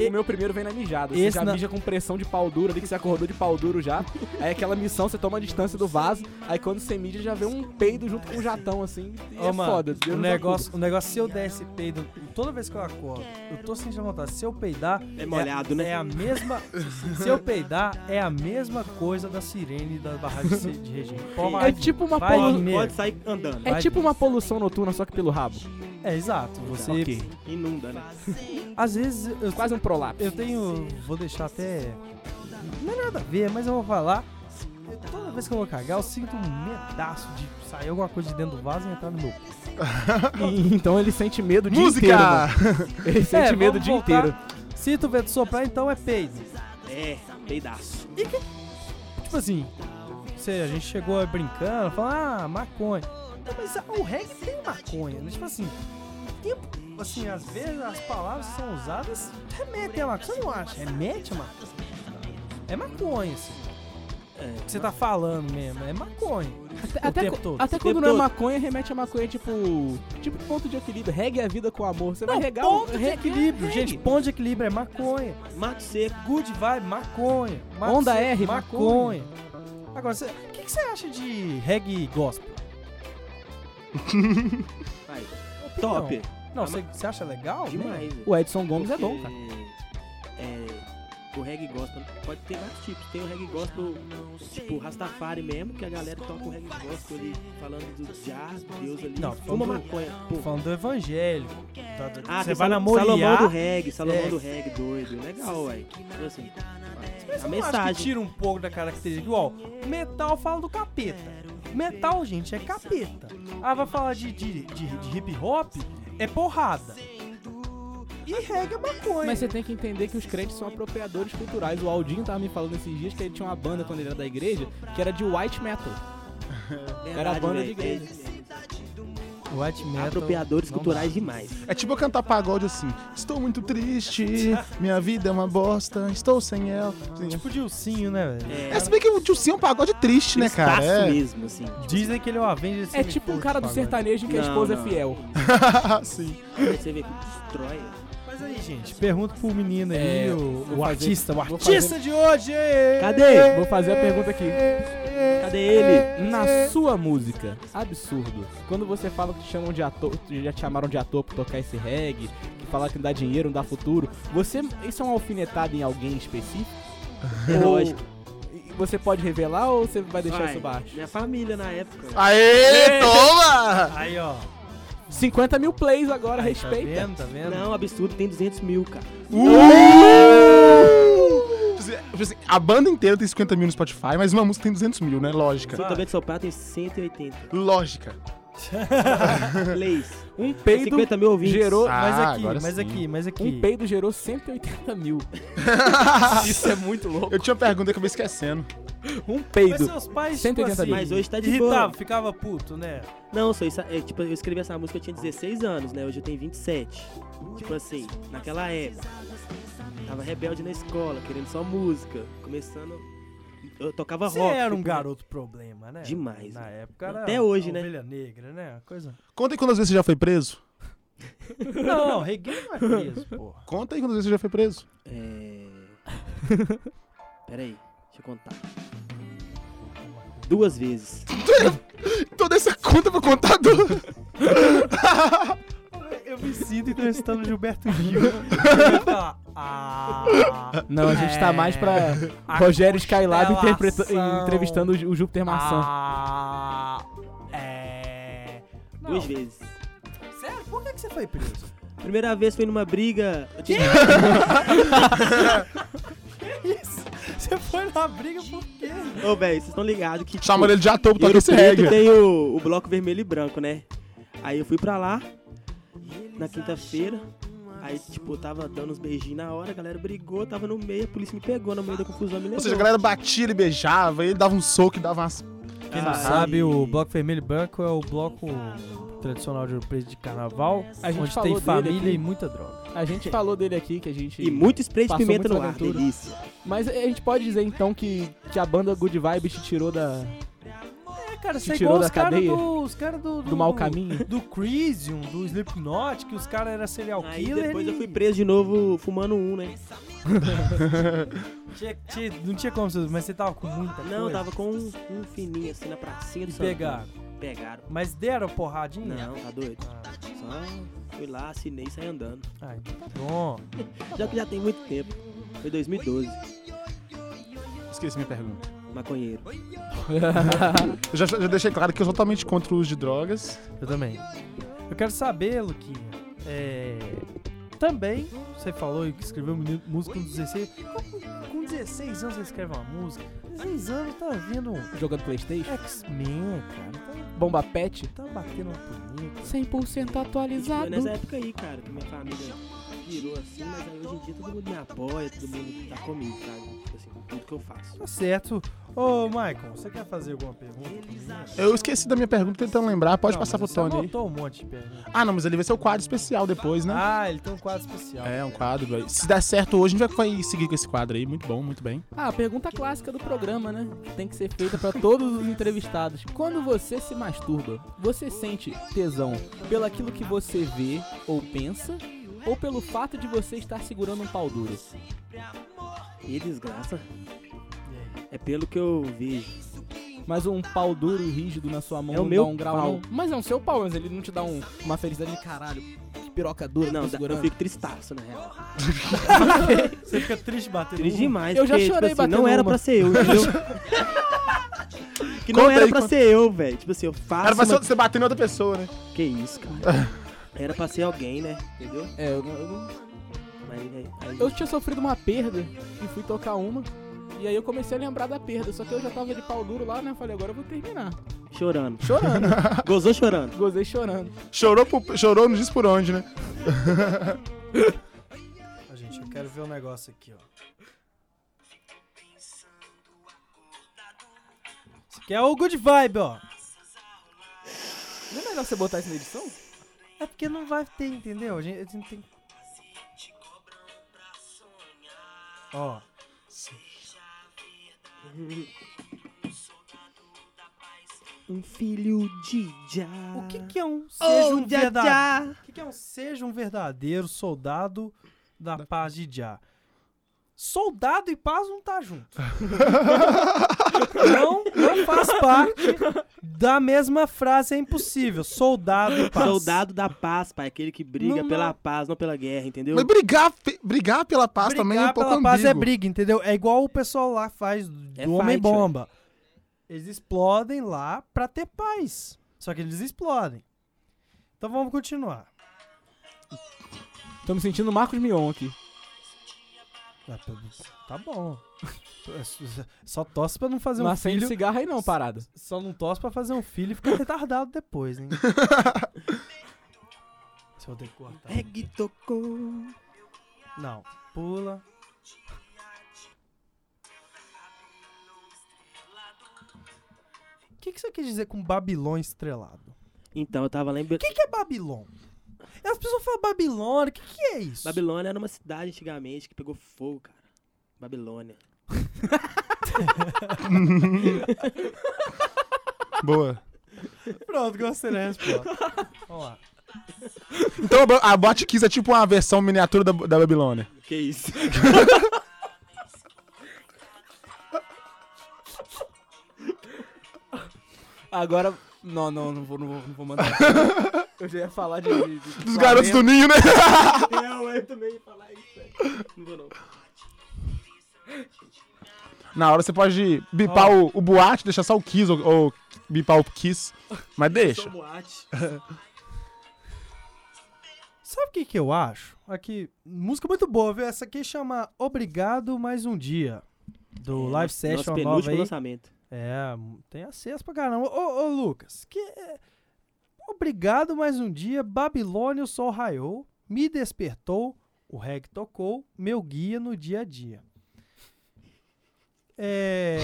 O meu primeiro vem na mijada. Você Esse já na- mija com pressão de pau duro ali, que você acordou de pau duro *laughs* já. Aí aquela missão, você toma a distância do vaso. Aí quando você mija, já vê um peido junto com um jatão, assim. E Ô, é mano, foda. Deus o nos negócio, o negócio, é se eu der esse peido, toda vez que eu acordo, eu tô sentindo vontade. Se eu peidar. É molhado, é, né? É a mesma. *laughs* se eu peidar, é a mesma coisa da sirene da barragem de- de regime. Pô, acuda. É vai- tipo uma vai polu... mesmo. Pode sair andando. É tipo uma poluição noturna, só que pelo rabo. É, exato. Você. Ok. Inunda, né? Às vezes eu, Quase um prolapso. eu tenho. Vou deixar até. Não é nada a ver, mas eu vou falar. Eu- toda vez que eu vou cagar, eu sinto um medaço de sair alguma coisa de dentro do vaso e entrar no meu. cu. *laughs* E- então ele sente medo o dia inteiro. Música! mano. Ele É, sente vamos medo o dia voltar. inteiro. Se tu vento soprar, então é peido. É, peidaço. Tipo assim, você, a gente chegou brincando, falando, ah, maconha. Não, mas o reggae tem maconha, né? Tipo assim, tem- assim, às vezes as palavras que são usadas remetem a maconha. Você não acha? Remete a maconha? É maconha, assim. É. O que você tá falando mesmo, é maconha. Até, O tempo co- todo. até O quando tempo não é todo. maconha, remete a maconha, tipo. Tipo ponto de equilíbrio. Regue a vida com amor. Você vai regar o ponto de equilíbrio, gente. Ponto de equilíbrio é maconha. Mato seco. Good vibe, maconha. Mato Onda seco, R, maconha. Agora, cê- o que que você acha de reggae gospel? Vai. Opinião. Top. Não, Ah, você acha legal? né? Demais. O Edson Gomes é bom, cara. É, o reggae gospel pode ter vários tipos. Tem o reggae gospel, tipo Rastafari mesmo, que a galera toca o reggae gospel ali, falando do jazz, Deus ali. Não, fuma falando- maconha. Tô Tipo, Pô. falando do evangelho. Tá- tá- Ah, tem Você vai Sal- namorear. Salomão do reggae, Salomão É. do reggae, doido. Legal, ué. Então, assim, a Mas eu não acho que mensagem. tira um pouco da característica. Igual, metal fala do capeta. Metal, gente, é capeta. Ah, vai falar de, de, de- de hip hop, é porrada. E reggae é maconha. Mas você tem que entender que os crentes são apropriadores culturais. O Aldinho tava me falando esses dias que ele tinha uma banda quando ele era da igreja que era de white metal. Era é a verdade, banda de véi, igreja. White metal, Apropriadores não culturais demais. É tipo eu cantar pagode assim. Estou muito triste, minha vida é uma bosta, estou sem ela. dá. Tipo de ursinho, né, velho? É, É, se bem que o tio Sim é um pagode triste, né, cara? Tristaço É. mesmo, assim. Dizem que ele é o Avenger. É tipo um cara do sertanejo em que a Não, esposa é não. fiel. *laughs* Sim. Você vê que destrói. Mas aí, gente, pergunta pro menino aí, É, o, vou o fazer- artista, o vou artista fazer- de hoje! Cadê? Vou fazer a pergunta aqui. Cadê ele? Na sua música, absurdo. Quando você fala que te chamam de ator, que já te chamaram de ator por tocar esse reggae, que falar que não dá dinheiro, não dá futuro, você isso é uma alfinetada em alguém específico? É Ou- lógico. e Você pode revelar ou você vai deixar Vai, isso baixo? Minha família na época. Ah, Aê, *laughs* toma! Aí, ó. 50 mil plays agora, Aí, Tá respeita. vendo, tá é. vendo? Não, absurdo, tem 200 mil, cara. Uh! Tipo assim, tipo assim, A banda inteira tem 50 mil no Spotify, mas uma música tem 200 mil, né? Se eu Lógica. também de soprar, tem 180. Lógica. *laughs* Leis. Um peido 50 mil ouvintes. gerou. Ah, Mas aqui, agora mas sim. aqui, mas aqui. Um peido gerou 180 mil. Isso é muito louco. *laughs* Eu tinha uma pergunta que eu acabei esquecendo. Um Mas peido. seus pais, 180 tipo assim, mil. Mas hoje tá de irritava, boa. ficava puto, né? Não, só isso. É, tipo, eu escrevi essa música, eu tinha 16 anos, né? Hoje eu tenho 27. Tipo assim, naquela época. Tava rebelde na escola, querendo só música. Começando. Eu tocava Você rock. era um tipo, garoto problema, né? Demais, Na né? época era Até hoje, a né? ovelha negra, né? Uma Coisa... Conta aí quantas vezes você já foi preso. Não, *laughs* não, reguei não é preso, porra. Conta aí quantas vezes você já foi preso. É. Peraí, deixa eu contar. Duas vezes. Toda essa Então conta pra contar do... Eu me sinto entrevistando Gilberto Gil. Eu ia falar, ah, Não, a gente tá mais pra a Rogério Skylab interpreta- constelação. entrevistando o Júpiter Maçã. Ah, é... Não, Duas vezes. Sério? Por que, que você foi preso? Primeira vez foi numa briga. Eu tinha- Isso. Você foi na briga por quê? Ô, velho, vocês estão ligados que. tipo, Chamaram ele de ator pra tocar Ouro esse Preto reggae. tem o, o bloco vermelho e branco, né? Aí eu fui pra lá, na quinta-feira. Aí, tipo, eu tava dando uns beijinhos na hora, a galera brigou, tava no meio, a polícia me pegou no meio da confusão, me levou. Ou seja, a galera batia, ele beijava, ele dava um soco e dava umas... Quem não Aí- sabe, o Bloco Vermelho e Branco é o bloco tradicional de Ouro Preto de carnaval, A gente onde falou tem dele família aqui. e muita droga. A gente falou dele aqui que a gente. E muito spray de Passou pimenta muita no ar, aventura. delícia. Mas a gente pode dizer então que, que a banda Good Vibe te tirou *laughs* da, É, cara, Te tirou da cadeia? do, os cara do, do mau caminho? Do Crisium, do Slipknot, que os caras eram serial Aí É killer. depois e eu fui preso de novo fumando um, né? tinha- tinha- não tinha como, você- mas você tava com muita Não, eu coisa. tava com um, um fininho assim na pracinha do E Santana. pegaram. Pegaram. Mas deram porradinha? Não, tá doido. Ah, Só fui lá, assinei e saí andando. ai, tá bom. Já que já tem muito tempo. Foi 2012, Esqueci minha pergunta. maconheiro. Eu já, já deixei claro que eu sou totalmente contra o uso de drogas. Eu também. Eu quero saber, Luquinha, é, Também, você falou que escreveu mu- música com 16. Com- Com 16 anos você escreve uma música. 16 anos tá vindo um Jogando Playstation? X-Men, cara. Bomba pet? Tá, tá batendo uma punheta. 100% E, tipo, atualizado. nessa época aí, cara, que minha família virou assim, mas aí hoje em dia todo mundo me apoia, todo mundo tá comigo, sabe? Tipo assim, tudo que eu faço. Tá certo. Ô, Maicon, você quer fazer alguma pergunta? pra mim? Eu esqueci da minha pergunta, tentando lembrar. Pode Não, passar pro mas Tony Você aí. anotou um monte de perguntas. Ah, não, mas ele vai ser o quadro especial depois, né? Ah, ele tem um quadro especial. É, um quadro. velho. Se der certo hoje, a gente vai vai seguir com esse quadro aí. Muito bom, muito bem. Ah, a pergunta clássica do programa, né? Que tem que ser feita pra todos os entrevistados. Quando você se masturba, você sente tesão pelo aquilo que você vê ou pensa? Ou pelo fato de você estar segurando um pau duro? E desgraça. É pelo que eu vejo. Mas um pau duro e rígido na sua mão É o não meu dá um grau, pau. não. Mas é o seu pau, mas ele não te dá um- uma felicidade de caralho. Que piroca dura, Não, tô dá- tá segurando. eu fico tristaço, na real. Você fica triste batendo. Triste demais, Eu já porque, chorei tipo assim, batendo não era uma. pra ser eu, entendeu? que não Conta era aí, pra conta. ser eu, velho. Tipo assim, eu faço. Era pra uma- ser você bater em outra pessoa, né? Que isso, cara. Era pra ser alguém, né? Entendeu? É, eu, não- eu não- Mas aí- aí- eu tinha sofrido uma perda e fui tocar uma. E aí eu comecei a lembrar da perda, só que eu já tava de pau duro lá, né? Eu Falei, agora eu vou terminar. chorando. Chorando, Gozou chorando. gozei chorando. Chorou, por- chorou, não diz por onde, né? Ó, gente, eu quero ver um negócio aqui, ó. Isso aqui é o Good Vibe, ó. Não é melhor você botar isso na edição? É porque não vai ter, entendeu? A gente, a gente não tem. Ó. Um filho de já. O que, que é um seja Seja um verdadeiro? O que, que é um seja um verdadeiro soldado da paz de Jah? Soldado e paz não tá junto. não, não faz parte da mesma frase, é impossível. Soldado e paz. Soldado da paz, pai. Aquele que briga Não, pela não. paz, não pela guerra, entendeu? Mas brigar, fe- brigar pela paz Brigar também é um pouco pela paz é ambíguo. briga, entendeu? É igual o pessoal lá faz do É fight, Homem-Bomba. Eles explodem lá pra ter paz. Só que eles explodem. Então vamos continuar. Tô me sentindo Marcos Mion aqui. Ah, pelo- Tá bom. *laughs* Só tosse pra não fazer não um acende filho. cigarro aí não, parada. Só não tosse pra fazer um filho e *laughs* ficar retardado depois, hein? Se eu ter que cortar. Reggae tocou. Não. Pula. O que, que você quer dizer com Babilônia estrelado? Então, eu tava O lembrando. que, que é Babilônia? As pessoas falam Babilônia, o que, que é isso? Babilônia era uma cidade antigamente que pegou fogo, cara. Babilônia. Boa. Pronto, gostei da resposta. *laughs* Vamos lá. *laughs* Então a Botkiss é tipo uma versão miniatura da, da Babilônia. Que isso? Agora. Não, não, não vou, não vou, não vou mandar. *laughs* eu já ia falar de. de- de- Dos garotos do Ninho, né? eu, eu também ia falar isso, velho. Não vou não. *laughs* Na hora você pode bipar o, o boate, deixar só o Kiss ou, ou bipar o Kiss. Mas deixa. boate. Sabe o que, que eu acho? Aqui, música muito boa, viu? Essa aqui chama Obrigado Mais Um Dia. Do Live Session É, nosso nova penúltimo aí. lançamento. É, tem acesso pra caramba. Ô, ô Lucas, que. é- Obrigado mais um dia. Babilônia, o sol raiou, me despertou, o reggae tocou, meu guia no dia a dia. É.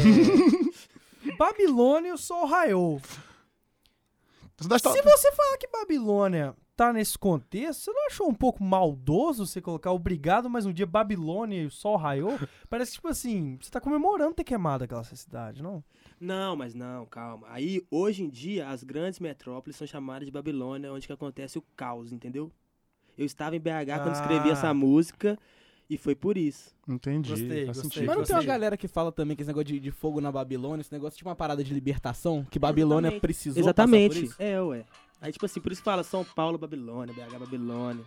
Babilônia, o sol raiou. Você dá- Se você falar que Babilônia tá nesse contexto, você não achou um pouco maldoso você colocar obrigado mais um dia Babilônia e o sol raiou? Parece tipo assim, você tá comemorando ter queimado aquela cidade, não? Não, mas não, calma. Aí, hoje em dia, as grandes metrópoles são chamadas de Babilônia, onde que acontece o caos, entendeu? Eu estava em BH quando escrevi Ah. essa música e foi por isso. Entendi. Gostei, faz gostei. sentido. Mas não tem uma Você- galera que fala também que esse negócio de, de fogo na Babilônia, esse negócio tipo uma parada de libertação, que Babilônia Exatamente. precisou. passar por Exatamente. isso? É, ué. Aí, tipo assim, por isso que fala São Paulo, Babilônia, BH, Babilônia.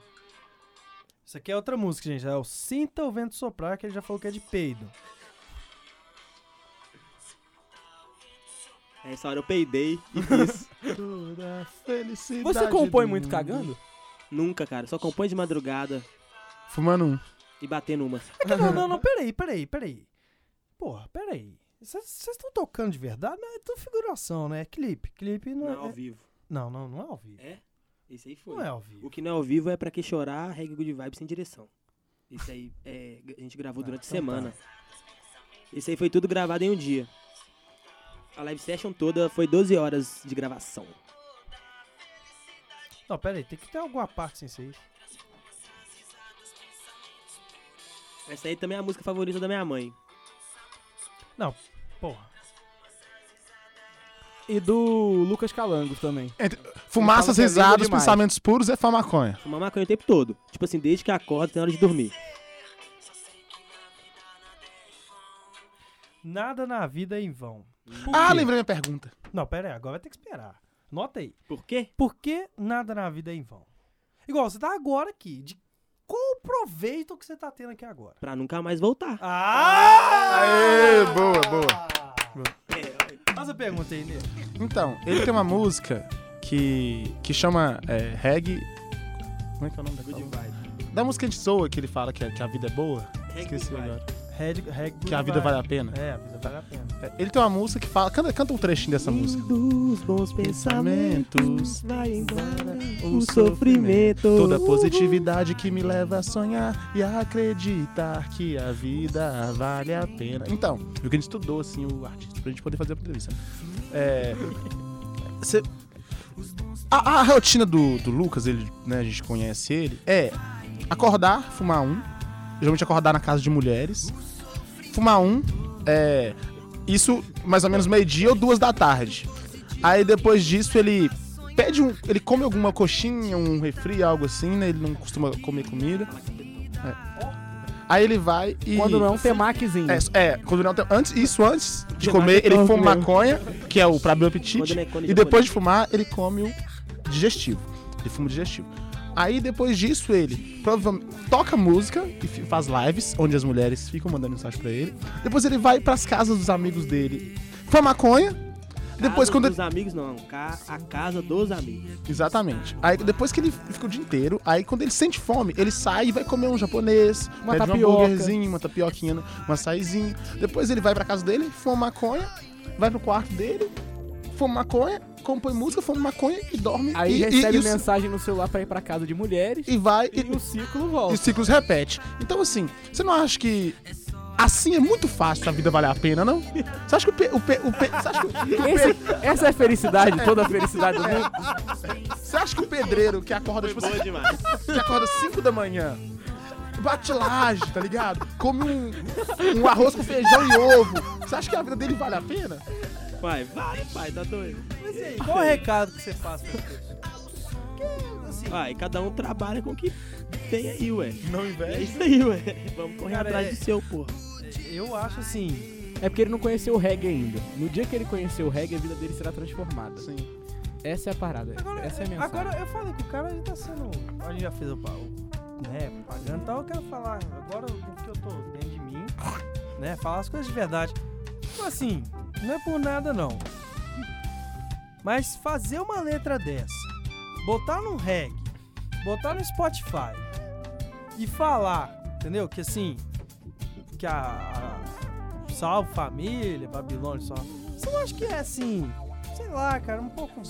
Isso aqui é outra música, gente. É o Sinta o Vento Soprar, que ele já falou que é de peido. Aí, É, essa hora eu peidei *laughs* e fiz. Toda a felicidade Você compõe do muito mundo. cagando? Nunca, cara. Só compõe de madrugada. Fumando um. E batendo uma. Não, É não, não, *laughs* não, peraí, peraí, peraí. Porra, peraí. Vocês estão tocando de verdade? Não, é tudo figuração, né? É clipe. Clipe não, Não, é. ao vivo. Não, não, não é ao vivo. É? Esse aí foi. Não é ao O vivo. que não é ao vivo é pra que chorar reggae good vibe sem direção. Isso aí é, a gente gravou durante a então tá. semana. Isso aí foi tudo gravado em um dia. A live session toda foi 12 horas de gravação. Não, peraí, tem que ter alguma parte sem ser isso. Essa aí também é a música favorita da minha mãe. Não, porra. E do Lucas Calangos também. Entre- Fumaças, que é lindo risadas, demais. pensamentos puros é fã maconha. Fumar maconha o tempo todo. Tipo assim, desde que acorda tem hora de dormir. Nada na vida é em vão. Por Ah, quê? lembrei minha pergunta. Não, peraí, agora vai ter que esperar. Nota aí. Por quê? Por que nada na vida é em vão? Igual, você tá agora aqui. De qual o proveito que você tá tendo aqui agora? Pra nunca mais voltar. Ah! Aê, boa, boa. Faz a pergunta aí, Nê. Então, ele tem uma música que, que chama é, Reggae. Como é que é o nome daquela? música? Da música que a gente zoa, que ele fala que, a- que a vida é boa. Esqueci agora. Red, red, Que a vida vale a pena. É, a vida vale a pena. É, Ele tem uma música que fala. Canta, canta um trechinho dessa música. Dos bons Pensamentos, pensamentos vai embora o o sofrimento. Toda a positividade que me leva a sonhar e a acreditar que a vida vale a pena. Então, o que a gente estudou, assim, o artista, pra gente poder fazer a entrevista. É. cê- a, a rotina do, do Lucas, ele, né, a gente conhece ele, é acordar, fumar um. Geralmente acordar na casa de mulheres. Fumar um. É. Isso mais ou menos meio-dia ou duas da tarde. Aí depois disso ele pede um. Ele come alguma coxinha, um refri, algo assim, né? Ele não costuma comer comida. É. Aí ele vai e. Quando não é um temaquezinho. É, é, quando não tem- antes, isso antes de Tem comer, mais que ele torre fuma mesmo. maconha, que é o pra abrir o Quando apetite, ele é cone e depois japonês. de fumar, ele come o digestivo. Ele fuma o digestivo. Aí depois disso ele provavelmente toca música e fi- faz lives, onde as mulheres ficam mandando mensagem pra ele. Depois ele vai pras casas dos amigos dele, fuma maconha. Depois Casa quando ele... dos amigos Ah, não, ca- a casa dos amigos. Exatamente. Aí depois que ele fica o dia inteiro, aí quando ele sente fome, ele sai e vai comer um japonês, Uma pede tapioca. um hambúrguerzinho, uma tapioquinha, uma açaizinho. Depois ele vai pra casa dele, fuma maconha, vai pro quarto dele, fuma maconha, compõe música, fuma maconha e dorme. Aí e, e, recebe e, o- mensagem no celular pra ir pra casa de mulheres. e vai E, e, o ciclo e volta. o ciclo se repete. Então assim, você não acha que assim é muito fácil a vida valer a pena, não? Você acha que o pe, o pe- o pe- você acha que o- Esse- essa é a felicidade, toda a felicidade do mundo. Você acha que o pedreiro que acorda, tipo assim, que acorda 5 da manhã, bate laje, tá ligado? Come um, um arroz com feijão e ovo. Você acha que a vida dele vale a pena? Vai, vai, vai, tá doido. Mas e aí, qual o recado que você faz pra pessoa? Porque, assim, Vai, cada um trabalha com o que tem aí, ué. Não É investe. isso aí, ué. Vamos correr Cara, atrás é- do seu, porra. eu acho assim. É porque ele não conheceu o reggae ainda. No dia que ele conheceu o reggae, a vida dele será transformada. Sim. Essa é a parada. Agora, essa é a mensagem. agora eu falei que o cara já tá sendo. A gente já fez o pau. Né, pagando e tal. Eu quero falar agora o que eu tô dentro de mim. Né, falar as coisas de verdade. Tipo assim, não é por nada não. Mas fazer uma letra dessa, botar no reggae, botar no Spotify e falar, entendeu? Que assim, que a, a Salve Família, Babilônia, só. Você não acha que é assim, sei lá, cara, um pouco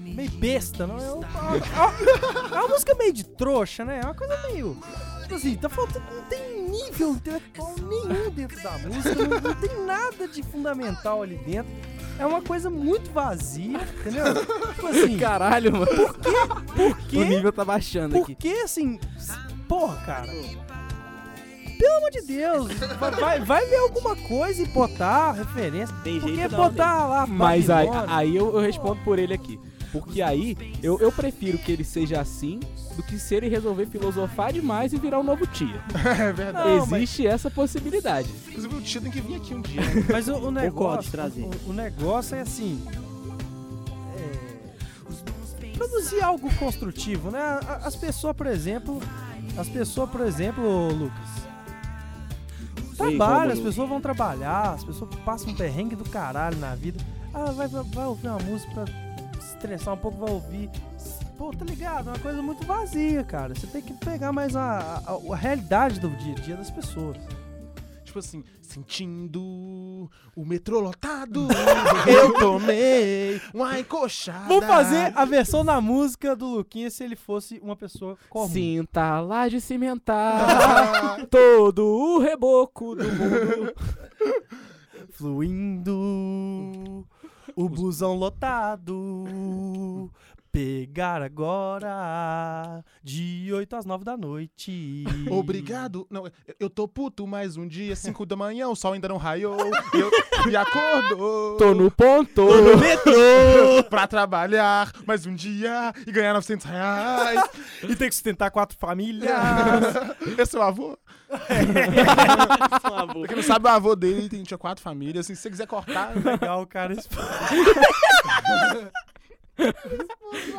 meio besta, não? É, um- é uma- é uma música meio de trouxa, né? É uma coisa meio. Tipo assim, tá faltando. Não tem nível intelectual nenhum dentro da música, não, não tem nada de fundamental ali dentro. É uma coisa muito vazia, entendeu? Tipo assim. Caralho, mano. Por O quê? nível tá baixando Por aqui. que assim? Porra, cara. Pelo amor de Deus, vai, vai, vai ver alguma coisa e botar referência. Tem Por jeito que não, né? botar lá? Mas aí, Babilônia? aí eu, eu respondo por ele aqui. Porque aí eu, eu prefiro que ele seja assim do que se ele resolver filosofar demais e virar um novo tia. É verdade. Não, mas- Existe essa possibilidade. Inclusive o tio tem que vir aqui um dia. Mas o, o negócio, trazer. o, o negócio é assim. é, produzir algo construtivo, né? A- a- As pessoas, por exemplo, as pessoas, por exemplo, ô, Lucas, trabalham, as Rômulo. pessoas vão trabalhar, as pessoas passam um perrengue do caralho na vida. Ah, vai, vai, vai ouvir uma música pra estressar um pouco, vai ouvir, pô, tá ligado? É uma coisa muito vazia, cara. Você tem que pegar mais a, a, a realidade do dia a dia das pessoas. Tipo assim, sentindo o metrô lotado, eu tomei uma encoxada. Vamos fazer a versão da música do Luquinha se ele fosse uma pessoa comum. Sinta a laje cimentar *laughs* Ah, todo o reboco do mundo. Fluindo, o blusão lotado. Pegar agora, de 8 às 9 da noite. Obrigado. Não, eu tô puto mais um dia, 5 da manhã, o sol ainda não raiou. Eu me acordou. Tô no ponto. pra trabalhar mais um dia e ganhar 900 reais. E tem que sustentar quatro famílias. Esse é seu avô? Pra quem não sabe, o avô dele tem, tinha quatro famílias. Assim, se você quiser cortar, Legal, cara. Isso...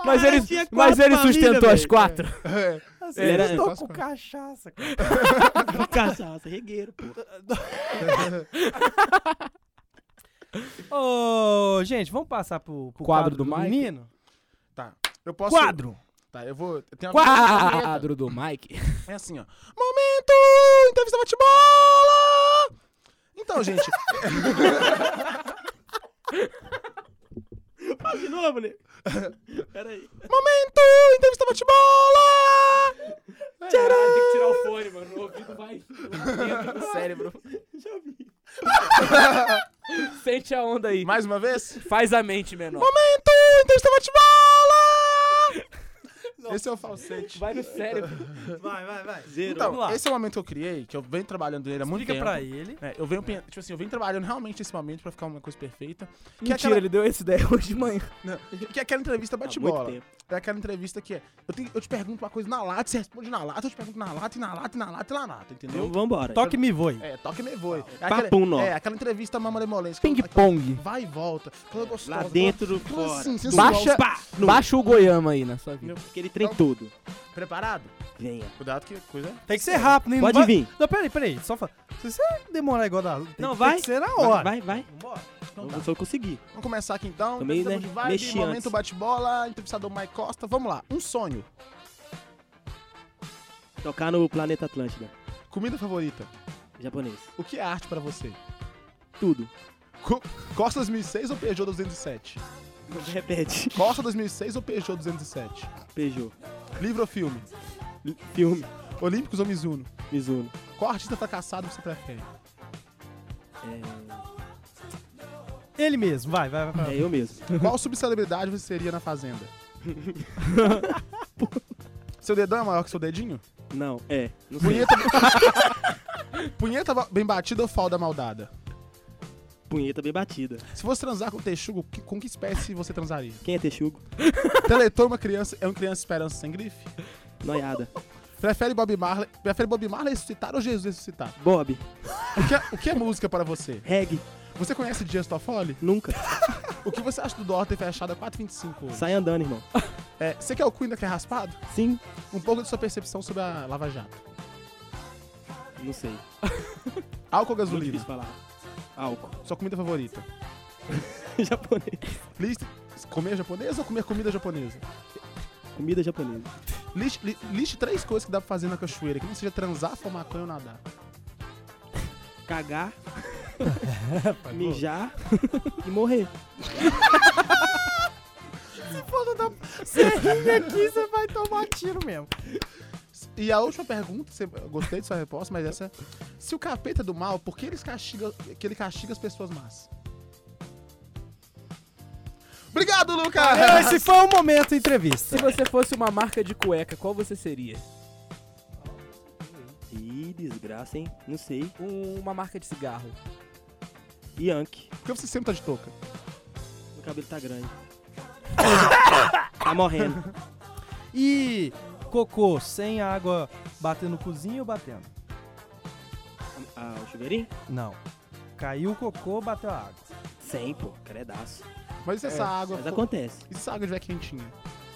Mas ele, tinha quatro mas ele famílias, sustentou velho. as *laughs* quatro. é, Assim, Era- eu estou Posso com cachaça, cara. Cachaça, é regueiro, pô. Ô, gente, vamos passar pro, pro Quadro quadro, do do, Mike? menino? tá. Eu posso. Quadro! Tá, eu vou. Eu tenho uma- *laughs* Quadro do Mike. É assim, ó. Momento! Entrevista bate-bola! Então, *laughs* gente, Faz de novo, né? Peraí. momento! Entrevista bate-bola! Tem que tirar o fone, mano. O ouvido vai dentro do cérebro. Já vi. Sente a onda aí. Mais uma vez? Faz a mente menor. Momento! Entrevista bate-bola! Esse é o falsete. Vai no cérebro. Vai, vai, vai. Zero. Vamos lá. Então, esse é o momento que eu criei, que eu venho trabalhando nele há muito Explica tempo. pra ele. É, eu venho, pen- tipo assim, eu venho trabalhando realmente nesse momento pra ficar uma coisa perfeita. Que Mentira, é aquela, ele deu essa ideia hoje de manhã. não, que é aquela entrevista muito bate-bola. tempo. É aquela entrevista que é, eu, tenho- eu te pergunto uma coisa na lata, você responde na lata, eu te pergunto na lata, e na lata, e na lata, e na lata, entendeu? Então vambora. Toque me voe. É, toque me voe. É Tá. Papo aquela, nó. é, aquela entrevista mamoremolense. Ping pong. Vai e volta. Aquela gostosa. Lá dentro, aquela- aquela fora. assim, sensual. Baixa, baixa o Goiama aí na sua vida. Aquele trem todo. Preparado? Venha. Cuidado que é? coisa... Tem que ser rápido, hein? Pode Vai- vir. Não, peraí, peraí. Só fa... Se você demorar igual da. Tem, Não, tem vai. que ser na hora. Vai, vai. Vambora. Então tá. Eu só consegui. Vamos começar aqui então. Também, Entrevistamos né, de vibe, mexi momento antes. bate-bola, entrevistador Mike Costa. Vamos lá. Um sonho. Tocar no planeta Atlântida. Comida favorita. Japonês. O que é arte pra você? Tudo. Co- Costa 2006 ou Peugeot 207? Repete. Costa 2006 ou Peugeot 207? Peugeot. Livro ou filme? L- Filme. Olímpicos ou Mizuno? Mizuno. Qual artista fracassado você prefere? É, Ele mesmo, vai, vai, vai. vai. é eu mesmo. Qual subcelebridade você seria na Fazenda? seu dedão é maior que seu dedinho? Não, é. Não sei. Punheta... Punheta ba- bem batida ou falda maldada? Punheta bem batida. Se fosse transar com texugo, que- com que espécie você transaria? Quem é texugo? Teletor uma criança, é uma criança esperança sem grife? Noiada. Prefere Bob Marley, prefere Bob Marley ressuscitar ou Jesus ressuscitar? Bob. O que é, o que é música para você? Reg. Você conhece Dias Toffoli? Nunca. O que você acha do Dor ter fechado a 4,25 hoje? Sai andando, irmão. É, você quer o Queen da que é raspado? Sim. Um pouco de sua percepção sobre a Lava Jato. Não sei. Álcool ou Muito gasolina? *laughs* difícil falar. Álcool. Sua comida favorita? *laughs* Japonês. List... Comer japonesa ou comer comida japonesa? Comida japonesa. Liste, li- liste três coisas que dá pra fazer na cachoeira, que não seja transar, fumar maconha ou nadar. *laughs* Cagar. mijar. *laughs* e morrer. Você *laughs* rir aqui, você vai tomar tiro mesmo. E a última pergunta, você- eu gostei de sua resposta, mas essa é... Se o capeta é do mal, por que ele castiga, que ele castiga as pessoas más? Obrigado, Lucas! É, Esse foi o momento Se entrevista. você fosse uma marca de cueca, qual você seria? Ih, desgraça, hein? Não sei. Um- uma marca de cigarro. Yankee. Por que você sempre tá de touca? Meu cabelo tá grande. tá morrendo. E cocô sem água batendo no cozinho ou batendo? Ah, o chuveirinho? Não. Caiu o cocô, bateu a água. Sem, pô. Credaço. Mas e se É. essa água... Mas é for- acontece. E se essa água estiver quentinha?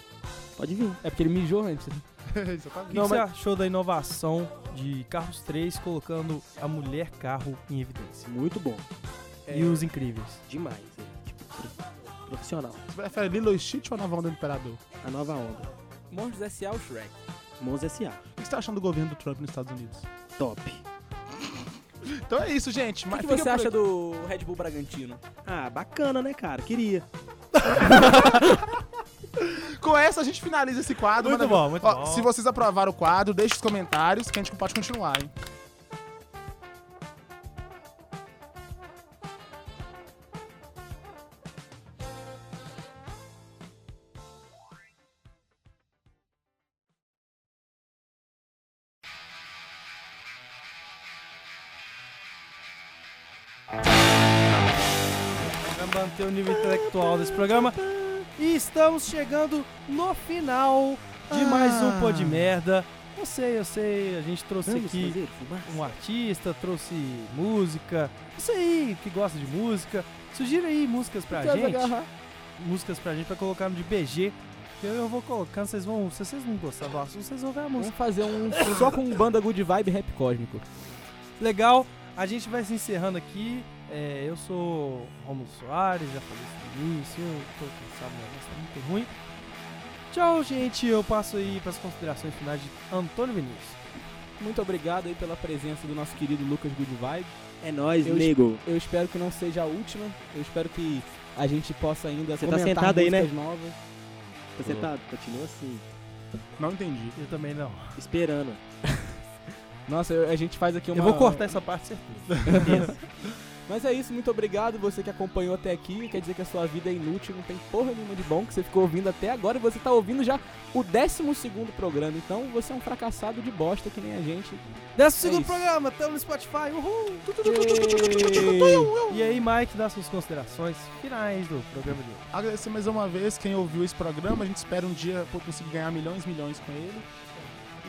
*laughs* Pode vir. É porque ele mijou antes. né? O Exatamente. que, que você achou da inovação de Carros 3 colocando a mulher carro em evidência? Muito bom. E os incríveis? Demais. É. Tipo, pro- profissional. Você prefere Lilo e Stitch ou a nova onda do Imperador? A nova onda. Monstros S.A. ou Shrek? Mons S.A. O que você tá achando do governo do Trump nos Estados Unidos? Top. Então é isso, gente. O que, que você acha do Red Bull Bragantino? Ah, bacana, né, cara? Queria. Com essa a gente finaliza esse quadro. Muito maravilhoso. bom, muito Ó, bom. Se vocês aprovaram o quadro, deixe os comentários que a gente pode continuar, hein? Pra manter o nível intelectual desse programa. E estamos chegando no final de mais um Pô de Merda. Eu sei, eu sei, a gente trouxe Ah. Vamos aqui fazer fumaça? um artista, trouxe música. Isso aí, que gosta de música. Sugira aí músicas pra Então, gente. Músicas pra gente pra colocar no de BG. que Eu, eu vou colocando, vocês vão. Se vocês não gostarem do assunto, vocês vão ver a música. Vamos fazer um *laughs* só com banda Good Vibe Rap Cósmico. Legal, a gente vai se encerrando aqui. É, eu sou Romulo Soares, já falei isso no início, eu tô cansado, minha voz tá muito ruim. Tchau, gente. Eu passo aí pras considerações finais de Antônio Vinícius. Muito obrigado aí pela presença do nosso querido Lucas Good Vibe. É nóis, Eu- nego. Eu espero que não seja a última. Eu espero que a gente possa ainda Você tá comentar sentado aí, né? músicas novas. Tá Uhum. sentado? Continua assim. Não entendi. Eu também não. Esperando. Nossa, eu- a gente faz aqui uma... Eu vou cortar essa parte, certeza. Mas é isso, muito obrigado você que acompanhou até aqui. Quer dizer que a sua vida é inútil, não tem porra nenhuma de bom que você ficou ouvindo até agora e você tá ouvindo já o 12 programa. Então você é um fracassado de bosta que nem a gente. Décimo segundo É isso. programa, estamos no Spotify. Uhul! Ei! E aí, Mike, dá suas considerações finais do programa de hoje. Agradecer mais uma vez quem ouviu esse programa. A gente espera um dia pô, conseguir ganhar milhões e milhões com ele.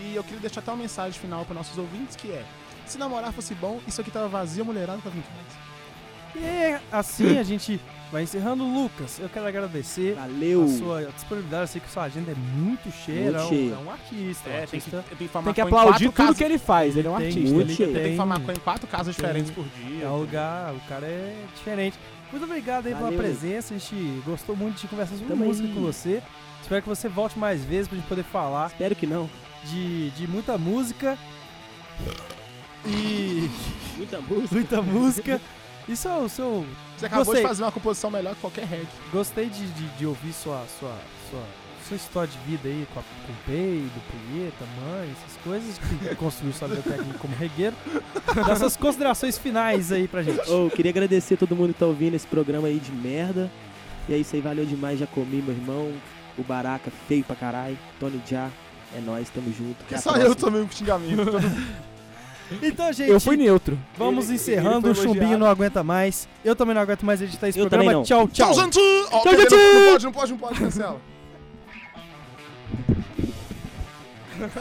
E eu queria deixar até uma mensagem final para nossos ouvintes, que é... Se namorar fosse bom, isso aqui tava vazio, a mulherada tava em casa. E é assim a gente vai encerrando. Lucas, eu quero agradecer. Valeu. a sua disponibilidade. Eu sei que sua agenda é muito cheia. Muito é um- cheia. É um artista. É, um artista. falar Tem que aplaudir tudo que ele faz, ele é um tem- artista. muito ele cheio. tem- Tem que falar com em quatro casas diferentes por dia. É um lugar, o cara é diferente. Muito obrigado aí pela Valeu. presença. A gente gostou muito de conversar sobre Tamo música aí. com você. Espero que você volte mais vezes pra gente poder falar Espero que não. de, de muita música. E. *laughs* Muita música. muita música. Isso é o seu. Você acabou Gostei. de fazer uma composição melhor que qualquer reg. Gostei de, de, de ouvir sua, sua, sua, sua história de vida aí com, a, com o peido, punheta, mãe, essas coisas que *laughs* construiu sua biblioteca como regueiro. Dá suas considerações finais aí pra gente. Ô, eu queria agradecer a todo mundo que tá ouvindo esse programa aí de merda. E é isso aí, valeu demais. Já comi, meu irmão. O Baraca, feio pra caralho. Tony Já. É nóis, tamo junto. Até a Só eu próxima. tomei um xingamento. Então, gente, Eu fui neutro. vamos Ele- encerrando. ele o foi chumbinho elogiado. não aguenta mais. Eu também não aguento mais editar esse Eu também programa. não. Tchau, tchau. gente! Ó, Tchau, quer dizer, gente! Não pode, não pode, não pode, cancela. Tipo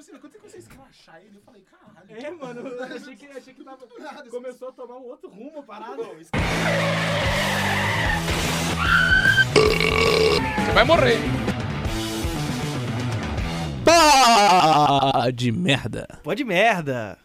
assim, quando você começou a escrachar ele, eu falei, caralho. É, mano, eu achei que, achei que tava, começou a tomar um outro rumo a parada. Você vai morrer. Pá de merda. Pode merda.